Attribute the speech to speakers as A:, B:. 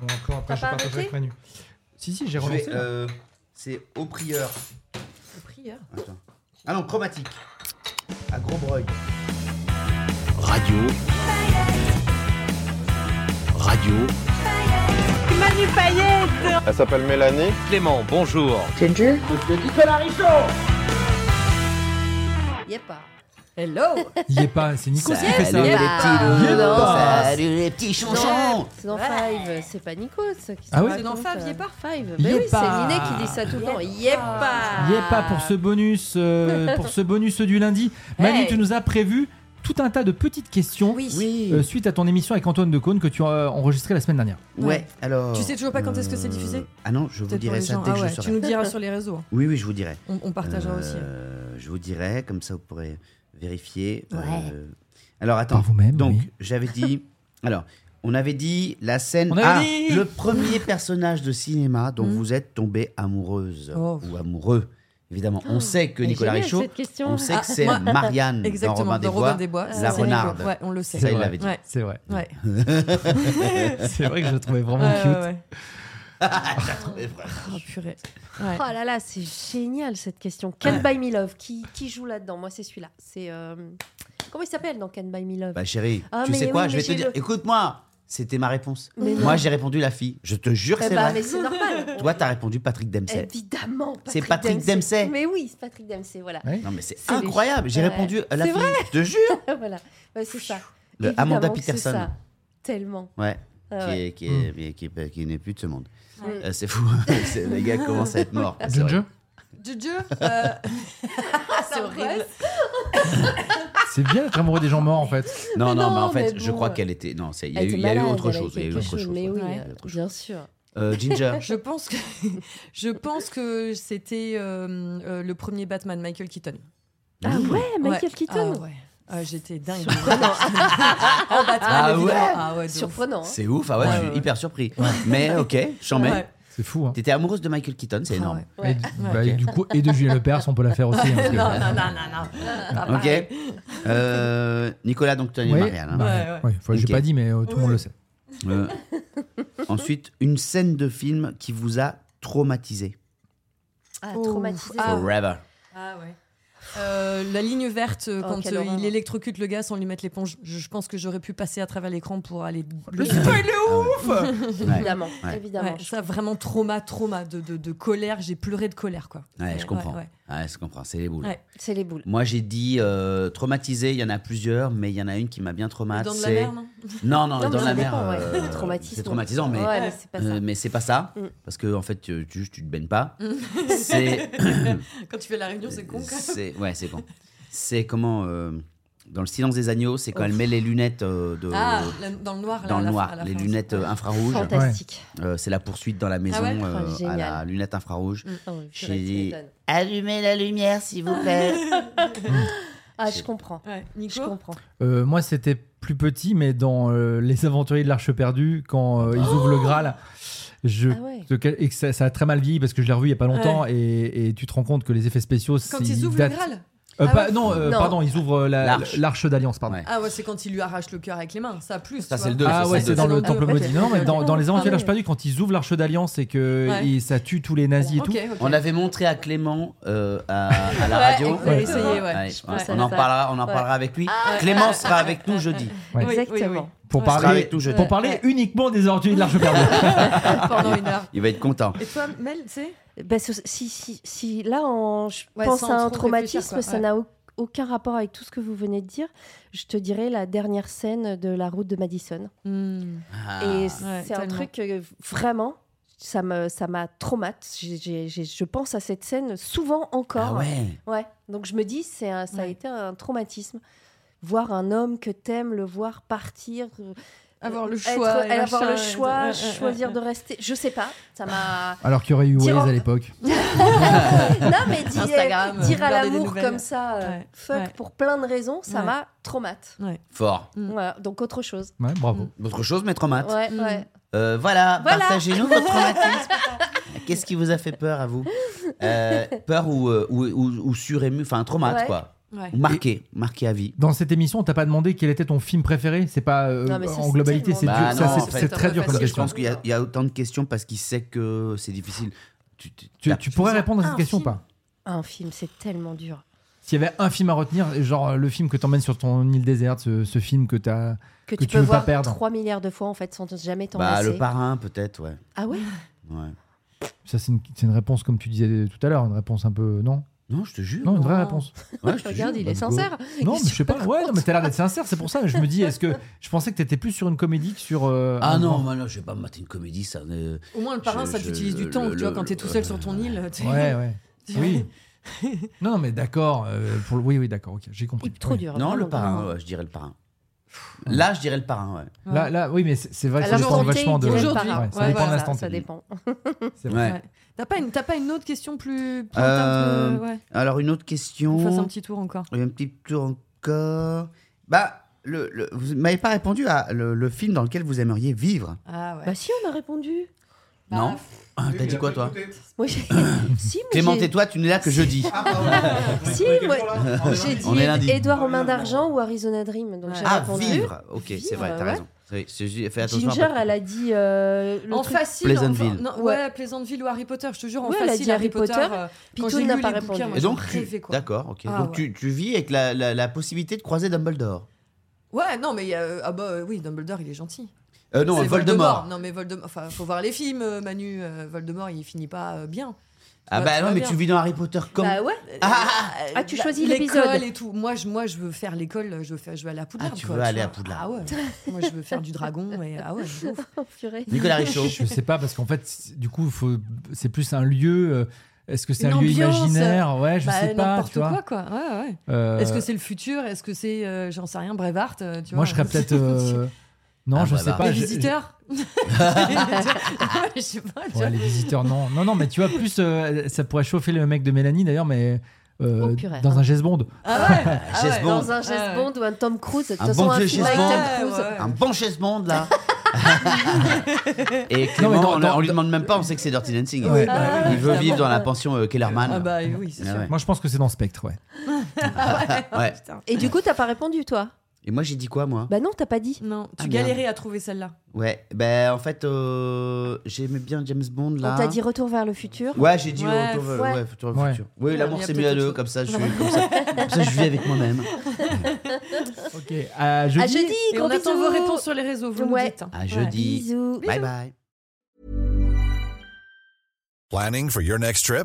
A: Alors encore, après, je
B: pas
A: partage
B: arrêté
A: avec Manu. Si, si, j'ai
C: Je vais,
A: relancé. là.
C: euh, c'est au prieur.
B: Prieur.
C: Attends. Ah non, chromatique. À gros breuil.
D: Radio. Radio.
B: Manu Payette
E: Elle s'appelle Mélanie.
D: Clément, bonjour.
B: Y a pas. Hello
A: Il y est pas, c'est Nico qui fait ça.
B: Salut,
A: Yeah.
C: loups, salut les petits
B: Non, C'est dans Five, c'est pas Nikos qui se
A: Ah oui
B: raconte,
F: C'est dans Five,
B: euh,
F: y est pas
B: Five,
A: Y
B: Ben
A: est
B: oui, c'est
A: pas.
B: Ninet qui dit ça tout le temps. Y est pas
A: Il y est pas pour ce bonus, euh, pour ce bonus du lundi. Manu,
F: Hey.
A: tu nous as prévu tout un tas de petites questions
F: Oui.
A: euh, suite à ton émission avec Antoine Decaune que tu as enregistré la semaine dernière.
C: Ouais, alors.
F: Tu sais toujours pas quand est-ce que c'est diffusé
C: Ah non, je vous
F: Peut-être pour
C: dirai
F: les
C: ça
F: gens.
C: dès
F: Ah
C: que
F: ouais,
C: je
F: Tu
C: saurai.
F: nous diras sur les réseaux.
C: Oui, oui, je vous dirai.
F: On, on partagera aussi.
C: Euh, Je vous dirai, comme ça vous pourrez vérifier. Euh, alors attends.
A: Par vous-même,
C: Donc,
A: oui.
C: j'avais dit. Alors, on avait dit la scène.
A: On avait
C: Ah,
A: dit
C: le premier personnage de cinéma dont
F: Hmm.
C: vous êtes tombé amoureuse
F: Oh.
C: ou amoureux. Évidemment, on sait que
B: Oh. Elle est
C: Nicolas
B: géniale,
C: Richaud.
B: cette question.
C: On sait
F: Ah,
C: que c'est
F: moi-
C: Marianne dans
F: Exactement,
C: Robin des
F: dans Robin
C: Bois.
F: des Bois.
C: la
F: c'est les
C: renarde.
F: gens. Ouais, on le sait.
C: Ça, il
A: vrai.
C: l'avait dit.
F: Ouais,
A: C'est vrai.
F: ouais.
A: C'est vrai que je le trouvais vraiment
F: Ouais,
A: cute.
F: ouais, ouais.
C: Eh,
F: Oh purée. Ouais.
B: Oh là là, c'est génial cette question. Can Buy Me Love, qui, qui joue là-dedans Moi, c'est celui-là. C'est. euh, Comment il s'appelle dans Can Buy Me Love
C: Bah chérie,
B: Ah,
C: tu
B: mais
C: sais quoi,
B: oui,
C: je
B: mais
C: vais te
B: j'ai
C: dire,
B: le-
C: écoute-moi, c'était ma réponse.
B: Mais non.
C: Moi j'ai répondu la fille, je te jure que
B: Eh
C: c'est
B: bah,
C: vrai.
B: mais Eh c'est normal.
C: Toi t'as répondu Patrick Dempsey.
B: Évidemment.
C: C'est Patrick Dempsey.
B: Mais oui, c'est Patrick Dempsey, voilà.
A: Ouais.
C: Non mais c'est
B: C'est
C: incroyable,
B: les-
C: j'ai
B: Ouais.
C: répondu à la
B: C'est
C: fille, je te jure.
B: voilà. Ouais, c'est ça.
C: Le
B: Évidemment
C: Amanda
B: que c'est
C: Peterson.
B: ça. Tellement.
C: Ouais.
B: Ah
C: qui
B: ouais.
C: est- qui
A: Hmm.
C: est- mais qui est- qui n'est plus de ce monde.
B: Ouais.
C: Euh, c'est fou, C'est- les gars commencent à être morts. C'est
A: Ginger
C: horrible.
F: Juju, euh,
B: c'est horrible.
A: C'est bien d'être amoureux des gens morts en fait.
C: Non, non,
B: Mais
C: mais en
B: non,
C: fait,
B: mais
C: je
B: bon.
C: crois qu'elle était. Non, c'est- il y a
B: Elle
C: eu-
B: était
C: il y a eu
B: malade,
C: autre
B: elle avait
C: chose. Il y a eu
B: quelque
C: autre chose.
B: Mais oui,
C: ouais, il y a eu
B: euh,
C: autre chose.
B: bien sûr.
C: Euh, Ginger,
F: je pense que je pense que c'était euh, euh, le premier Batman Michael Keaton.
B: Ah ouais, Michael
F: Ouais.
B: Keaton.
F: Ah ouais. Ah, j'étais dingue. en Batman,
C: Ah
F: évidemment.
C: ouais.
F: Ah ouais. de ouf.
B: Surprenant. hein.
C: c'est ouf, ah ouais,
F: Ouais,
C: je suis
F: ouais,
C: hyper surpris. Mais ok, j'en mets.
F: Ouais.
A: C'est fou. Hein.
C: T'étais amoureuse de Michael Keaton, c'est
F: Ah
C: énorme.
F: ouais.
B: Ouais.
A: Et, du- bah, et du coup, et de Julien Lepers, on peut la faire aussi. hein, parce que-
F: non, non, non, non, non.
B: Ah,
F: Pas
C: Ok.
F: pareil.
C: Euh, Nicolas, donc tu as
A: Oui,
C: Marianne. hein.
A: Marianne.
F: Ouais,
A: Ouais, enfin, J'ai
C: Ok.
A: pas dit, mais euh, tout le monde le sait.
C: Euh, ensuite, une scène de film qui vous a traumatisé.
B: Ah,
F: Ouf.
B: traumatisé.
F: Ah.
C: Forever.
F: Ah ouais. Euh, la ligne verte euh,
B: Oh,
F: quand
B: quelle
F: euh,
B: horreur.
F: il électrocute le gars sans lui mettre l'éponge. Je, je pense que j'aurais pu passer à travers l'écran pour aller le spoiler.
C: Ouais,
B: Évidemment,
C: Ouais.
B: évidemment.
F: ça vraiment trauma, trauma de, de, de colère. J'ai pleuré de colère quoi.
C: ouais, je comprends.
F: Ouais,
C: Ouais, je comprends, c'est les boules.
F: Ouais.
B: C'est les boules.
C: Moi, j'ai dit euh, traumatisé, il y en a plusieurs, mais il y en a une qui m'a bien
F: ouais.
C: traumatisé.
F: Dans de la merde.
C: Non, non,
B: Non, mais
C: dans
B: ça
C: la mer.
B: dépend, ouais.
C: euh,
B: Le traumatisme.
C: c'est traumatisant, mais.
B: Ouais, mais c'est pas ça.
C: euh, mais c'est pas ça,
B: Mm.
C: parce que en fait, tu, tu, juste, tu te baignes pas. c'est.
F: Quand tu fais la réunion, c'est con. quand même.
C: c'est- Ouais, c'est con. C'est comment. euh, dans le silence des agneaux, c'est quand elle met les lunettes euh, de.
F: Ah, la- dans le noir. là,
C: dans
F: à
C: le
F: la fin-
C: noir,
F: à la
C: les
F: fin.
C: lunettes euh, infrarouges.
B: Fantastique.
C: Euh, c'est la poursuite dans la maison
F: Ah ouais
C: euh,
B: Oh,
C: à
B: génial.
C: la lunette infrarouge.
F: Ah
B: Oh, purée,
C: J'ai
B: tu
C: dit
B: m'étonnes.
C: allumez la lumière s'il vous plaît.
B: Ah, je comprends.
F: Ouais.
B: Je
F: Nico.
B: comprends.
A: Euh, moi, c'était plus petit, mais dans euh, Les Aventuriers de l'Arche perdue, quand euh, ils ouvrent le Graal, je,
B: Ah ouais.
A: de quel- et que ça, ça a très mal vieilli parce que je l'ai revu il y a pas longtemps et, et tu te rends compte que les effets spéciaux.
F: Quand
A: c'est-
F: ils ouvrent le
A: datent-
F: Graal.
A: Euh,
F: Ah
A: pas-
F: ouais.
A: non, euh,
B: Non.
A: pardon, ils ouvrent la-
C: L'Arche.
A: l'Arche d'Alliance, pardon.
C: Ouais.
F: Ah ouais, c'est quand il lui arrache le cœur avec les mains. Ça plus.
C: Ça,
F: tu
C: c'est le
F: vois.
C: deux,
A: Ah
C: ça,
A: ouais,
C: c'est
A: c'est dans
F: le
A: le
F: deux.
A: Temple
F: Ok.
A: maudit. Non, mais dans, dans les aventures de l'Arche
F: Pardon.
A: perdue, quand ils ouvrent l'Arche d'Alliance et que
F: Ouais.
A: et ça tue tous les nazis et tout,
F: Ok, ok.
C: On avait montré à Clément euh, à, à la
F: Ouais,
C: radio.
F: exactement.
A: Ouais.
F: Essayez, ouais. Je
C: on-
B: pense
C: on
B: à
C: en
B: ça.
C: parlera, on en
B: Ouais. Ah.
C: parlera avec lui. Clément sera avec nous jeudi.
A: Ouais.
F: Oui, oui, oui.
B: Exactement.
A: pour
F: Ouais.
C: Sera
A: parler,
C: avec nous jeudi.
A: pour parler uniquement des aventuriers de l'Arche perdue.
F: Pendant une heure.
C: Il va être content.
F: Et toi, Mel, c'est
B: Bah, ce- si, si, si là, on, je
F: Ouais,
B: pense
F: sans
B: à un
F: trop réfléchir,
B: traumatisme,
F: quoi,
B: ça
F: ouais.
B: n'a au- aucun rapport avec tout ce que vous venez de dire. Je te dirais la dernière scène de La route de Madison.
F: Hmm.
C: Ah.
B: Et
F: ouais,
B: c'est un
F: tellement.
B: truc euh, vraiment, ça m'a ça m'a traumatisé. J'ai- j'ai- j'ai- Je pense à cette scène souvent
C: Ah
B: encore.
C: ouais.
B: Ouais. Donc je me dis, c'est un- ça a
F: Ouais.
B: été un traumatisme. voir un homme que t'aimes, le voir partir, euh,
F: Avoir le
B: être-
F: choix. et
B: avoir
F: machin,
B: le
F: et-
B: choix,
F: euh, euh,
B: choisir
F: euh,
B: de rester. Je sais pas, ça m'a.
A: Alors qu'il y aurait eu Waze
B: Tirant-
A: à l'époque.
B: non mais
F: Ah.
B: dire,
F: Instagram,
B: dire à
F: regarder des
B: l'amour
F: nouvelles.
B: comme ça, euh,
F: Ouais,
B: fuck
F: ouais.
B: pour plein de raisons, ça
F: Ouais.
B: m'a traumate.
C: Fort.
F: Mm.
B: Voilà, donc autre chose.
A: Ouais, bravo.
C: Autre chose, maître en maths.
B: Ouais,
F: Mm.
B: ouais.
C: Euh, voilà,
B: Voilà.
C: partagez-nous votre traumatisme. Qu'est-ce qui vous a fait peur à vous Euh, Peur ou, euh, ou, ou, ou surému, enfin un traumate
B: Ouais.
C: quoi.
F: ouais.
C: Ou marqué, marqué à vie.
A: Dans cette émission, on t'a pas demandé quel était ton film préféré. C'est pas euh,
B: Non, mais ça,
A: en
B: c'est
A: globalité, c'est dur.
B: tellement
C: dur.
A: ça,
C: Bah non,
A: c'est-
C: en fait,
A: c'est
F: ça
A: très
F: va
A: dur
F: pas
A: comme
F: se-
C: Je
A: question.
C: pense qu'il y a- il y, a autant de questions parce qu'il sait que c'est difficile. Tu, tu-
A: Tu,
C: t'as-
A: tu pourrais répondre à cette
F: un
A: question ou
F: film.
A: pas
B: Un film, c'est tellement dur.
A: S'il y avait un film à retenir, genre euh, le film que t'emmènes sur ton île déserte, ce, ce film que t'as.
B: Que,
A: Que
B: tu
A: tu
B: peux
A: veux pas
B: voir
A: perdre.
B: 3 milliards de fois en fait sans jamais t'en
C: Bah,
B: lasser.
C: le parrain peut-être, ouais.
B: Ah ouais
C: ouais.
A: Ça, c'est une, c'est une réponse, comme tu disais tout à l'heure, une réponse un peu. Non
C: Non, je te jure.
A: Non, une vraie
F: Non.
A: réponse.
C: Ouais, je te
B: Regarde,
C: jure.
B: il
C: Bah,
B: est
C: go.
B: sincère.
A: Non,
B: Qu'est-ce
A: mais je sais
B: que
A: pas.
B: tu
A: Ouais, non,
B: racontes
A: mais t'as l'air d'être sincère, c'est pour ça. Je me dis, est-ce que. Je pensais que t'étais plus sur une comédie que sur. euh,
C: Ah
A: un
C: non,
A: grand-
C: moi, non, je vais pas me mater une comédie, ça. euh,
F: Au moins, le parrain,
C: Je-
F: ça
C: je-
F: t'utilise du
C: le-
F: temps.
C: le-
F: tu vois, quand t'es tout seul sur ton île.
A: Ouais,
F: tu-
A: ouais. Oui. non, non, mais d'accord. euh, pour le- Oui, oui, d'accord, ok, j'ai compris.
B: Il est trop
A: Oui.
B: dur.
C: Non, le
B: vraiment.
C: parrain, ouais, je dirais le parrain. Là, je dirais le parrain, ouais.
A: Là, là, oui, mais c'est c'est vrai que
B: À
A: ça dépend
B: l'instant T,
A: vachement de.
B: il dirait le
F: Aujourd'hui,
B: parrain.
A: Ouais, ça
F: ouais,
A: dépend de
F: voilà,
A: l'instant.
B: Ça
A: T.
B: dépend.
A: C'est vrai.
C: Ouais.
F: Ouais. T'as pas, une- t'as pas une autre question plus. plus
C: Euh,
F: tard que- ouais.
C: Alors, une autre question.
F: Qu'on fasse un petit tour encore.
C: Et un petit tour encore. Bah, le, le- vous m'avez pas répondu à le, le film dans lequel vous aimeriez vivre.
F: Ah ouais.
B: Bah si, on a répondu. Bah,
C: non Ah, T'as dit quoi, toi
B: Moi, j'ai- si, mais
C: Clément,
B: j'ai- Ah,
C: et toi, tu n'es là que jeudi.
B: Si, moi, j'ai
C: On est
B: dit
C: lundi.
B: Edouard aux mains d'argent ou Arizona Dream. Donc
F: Ouais.
B: j'ai
C: Ah,
B: répondu.
C: vivre Ok, c'est vrai,
B: Vivre,
C: t'as
B: ouais.
C: raison. C'est- c'est- Fais attention.
B: Ginger, elle a dit euh, le
F: en
B: truc-
F: facile.
C: Pleasantville.
F: en fa- non, ouais.
B: Ouais.
F: Plaisanteville ou Harry Potter, je te jure, en
B: Ouais, elle a
F: facile,
B: dit
F: Harry
B: Harry
F: Potter.
B: Potter.
F: euh,
B: Puis
F: quand
B: tout
F: j'ai
B: n'a
F: lu
B: pas
F: les bouquins,
B: répondu.
F: moi,
C: Et
F: j'en
C: donc, tu-
F: rêvais, quoi.
C: d'accord, ok.
F: Ah,
C: donc
F: ouais.
C: tu, tu vis avec la, la- la possibilité de croiser Dumbledore.
F: Ouais, non, mais il y a, euh, ah bah euh, oui, Dumbledore, il est gentil.
C: Euh, non,
F: C'est
C: Voldemort.
F: Non, mais Voldemort. Enfin, faut voir les films, euh, Manu. euh, Voldemort, il finit pas euh, bien.
C: Ah
F: Ouais,
C: bah
F: tu
C: non,
F: vas
C: mais
F: bien.
C: tu vis dans Harry Potter comme.
B: Bah ouais. Ah, tu
F: la-
B: choisis
F: euh, bah, L'école
B: l'épisode.
F: et tout. Moi, je, moi, je veux faire l'école. Je veux faire, je veux aller à Poudlard.
C: Ah, tu
F: quoi,
C: veux aller
F: vois.
C: à Poudlard.
F: Ah ouais. moi, je veux faire du dragon. Et, ah ouais. de ouf.
B: Oh, purée.
C: Nicolas Richaud.
A: Je sais pas parce qu'en fait, c'est- du coup, faut- c'est plus un lieu. euh, Est-ce que c'est
F: Une
A: un lieu
F: ambiance,
A: imaginaire Ouais, je
F: Bah,
A: sais pas.
F: n'importe
A: Tu vois.
F: quoi, quoi. Ouais, ouais.
A: Euh,
F: Est-ce que c'est le futur Est-ce que c'est, euh, j'en sais rien, Brevart euh, tu
A: Moi,
F: vois.
A: je serais peut-être. euh, Non,
C: Ah,
A: je
C: bah,
A: sais
C: bah.
A: pas.
F: Les
A: je- je-
F: visiteurs Ouais, Je sais pas. tu vois.
A: Ouais, les visiteurs, non. Non, non, mais tu vois, plus euh, ça pourrait chauffer le mec de Mélanie d'ailleurs, mais euh,
B: Oh, purée.
A: dans un geste Bond.
F: Ah ouais
C: Ah ouais. Bond.
B: Dans un geste
F: Ouais.
B: Bond ou un Tom Cruise. De toute
C: Un
B: façon,
C: bon
B: un
C: vieux
B: film
C: geste
B: avec
C: Bond. Ah,
B: Tom Cruise.
F: Ouais, ouais.
C: Un bon chaise monde là. Et Clément,
A: Non, mais dans-
C: on,
A: dans-
C: on lui demande même pas, on sait que c'est Dirty Dancing.
A: Ouais.
F: Ah,
C: Il veut
F: évidemment.
C: vivre dans la pension euh, Kellerman.
F: Ah bah oui, c'est
C: Ah
F: sûr. Ah
C: ouais.
A: Moi, je pense que c'est dans Spectre, ouais.
C: Ouais.
F: Putain.
B: Et du coup, t'as pas répondu, toi
C: Et moi j'ai dit quoi moi
B: Bah non, t'as pas dit.
F: Non, tu
C: Ah, merde.
F: galérais à trouver celle-là.
C: Ouais, ben en fait euh, j'aimais bien James Bond là.
B: On t'a dit Retour vers le futur.
C: Ouais, j'ai dit
F: Ouais,
C: retour, vers-
B: ouais.
C: ouais, futur,
A: Ouais.
C: futur. Oui, l'amour
F: Il y a
C: c'est
F: peut-être
C: mieux à
F: autre
C: deux,
F: chose.
C: comme ça je suis comme ça, comme ça je vis avec moi-même.
A: Ok, à jeudi.
B: À Ah, jeudi,
F: Et
B: gros
F: on attend
B: bisous.
F: vos réponses sur les réseaux, vous nous
B: Ouais.
F: dites. hein.
C: À Ah, jeudi.
B: Bisous.
C: Bye bye.
E: Planning for your next trip?